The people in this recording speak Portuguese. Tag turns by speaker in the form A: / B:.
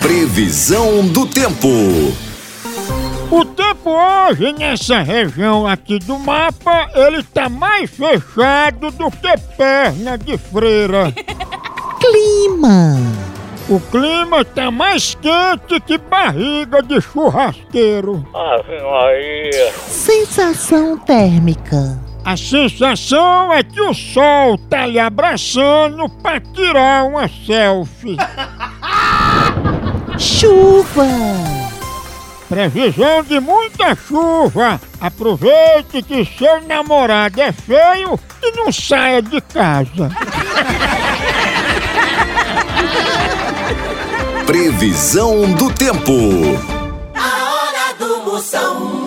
A: Previsão do tempo.
B: O tempo hoje nessa região aqui do mapa, ele tá mais fechado do que perna de freira.
C: Clima.
B: O clima tá mais quente que barriga de churrasqueiro.
D: Ave Maria.
C: Sensação térmica.
B: A sensação é que o sol tá lhe abraçando pra tirar uma selfie.
C: Chuva.
B: Previsão de muita chuva. Aproveite que seu namorado é feio e não saia de casa.
A: Previsão do tempo.
E: A hora do Moção.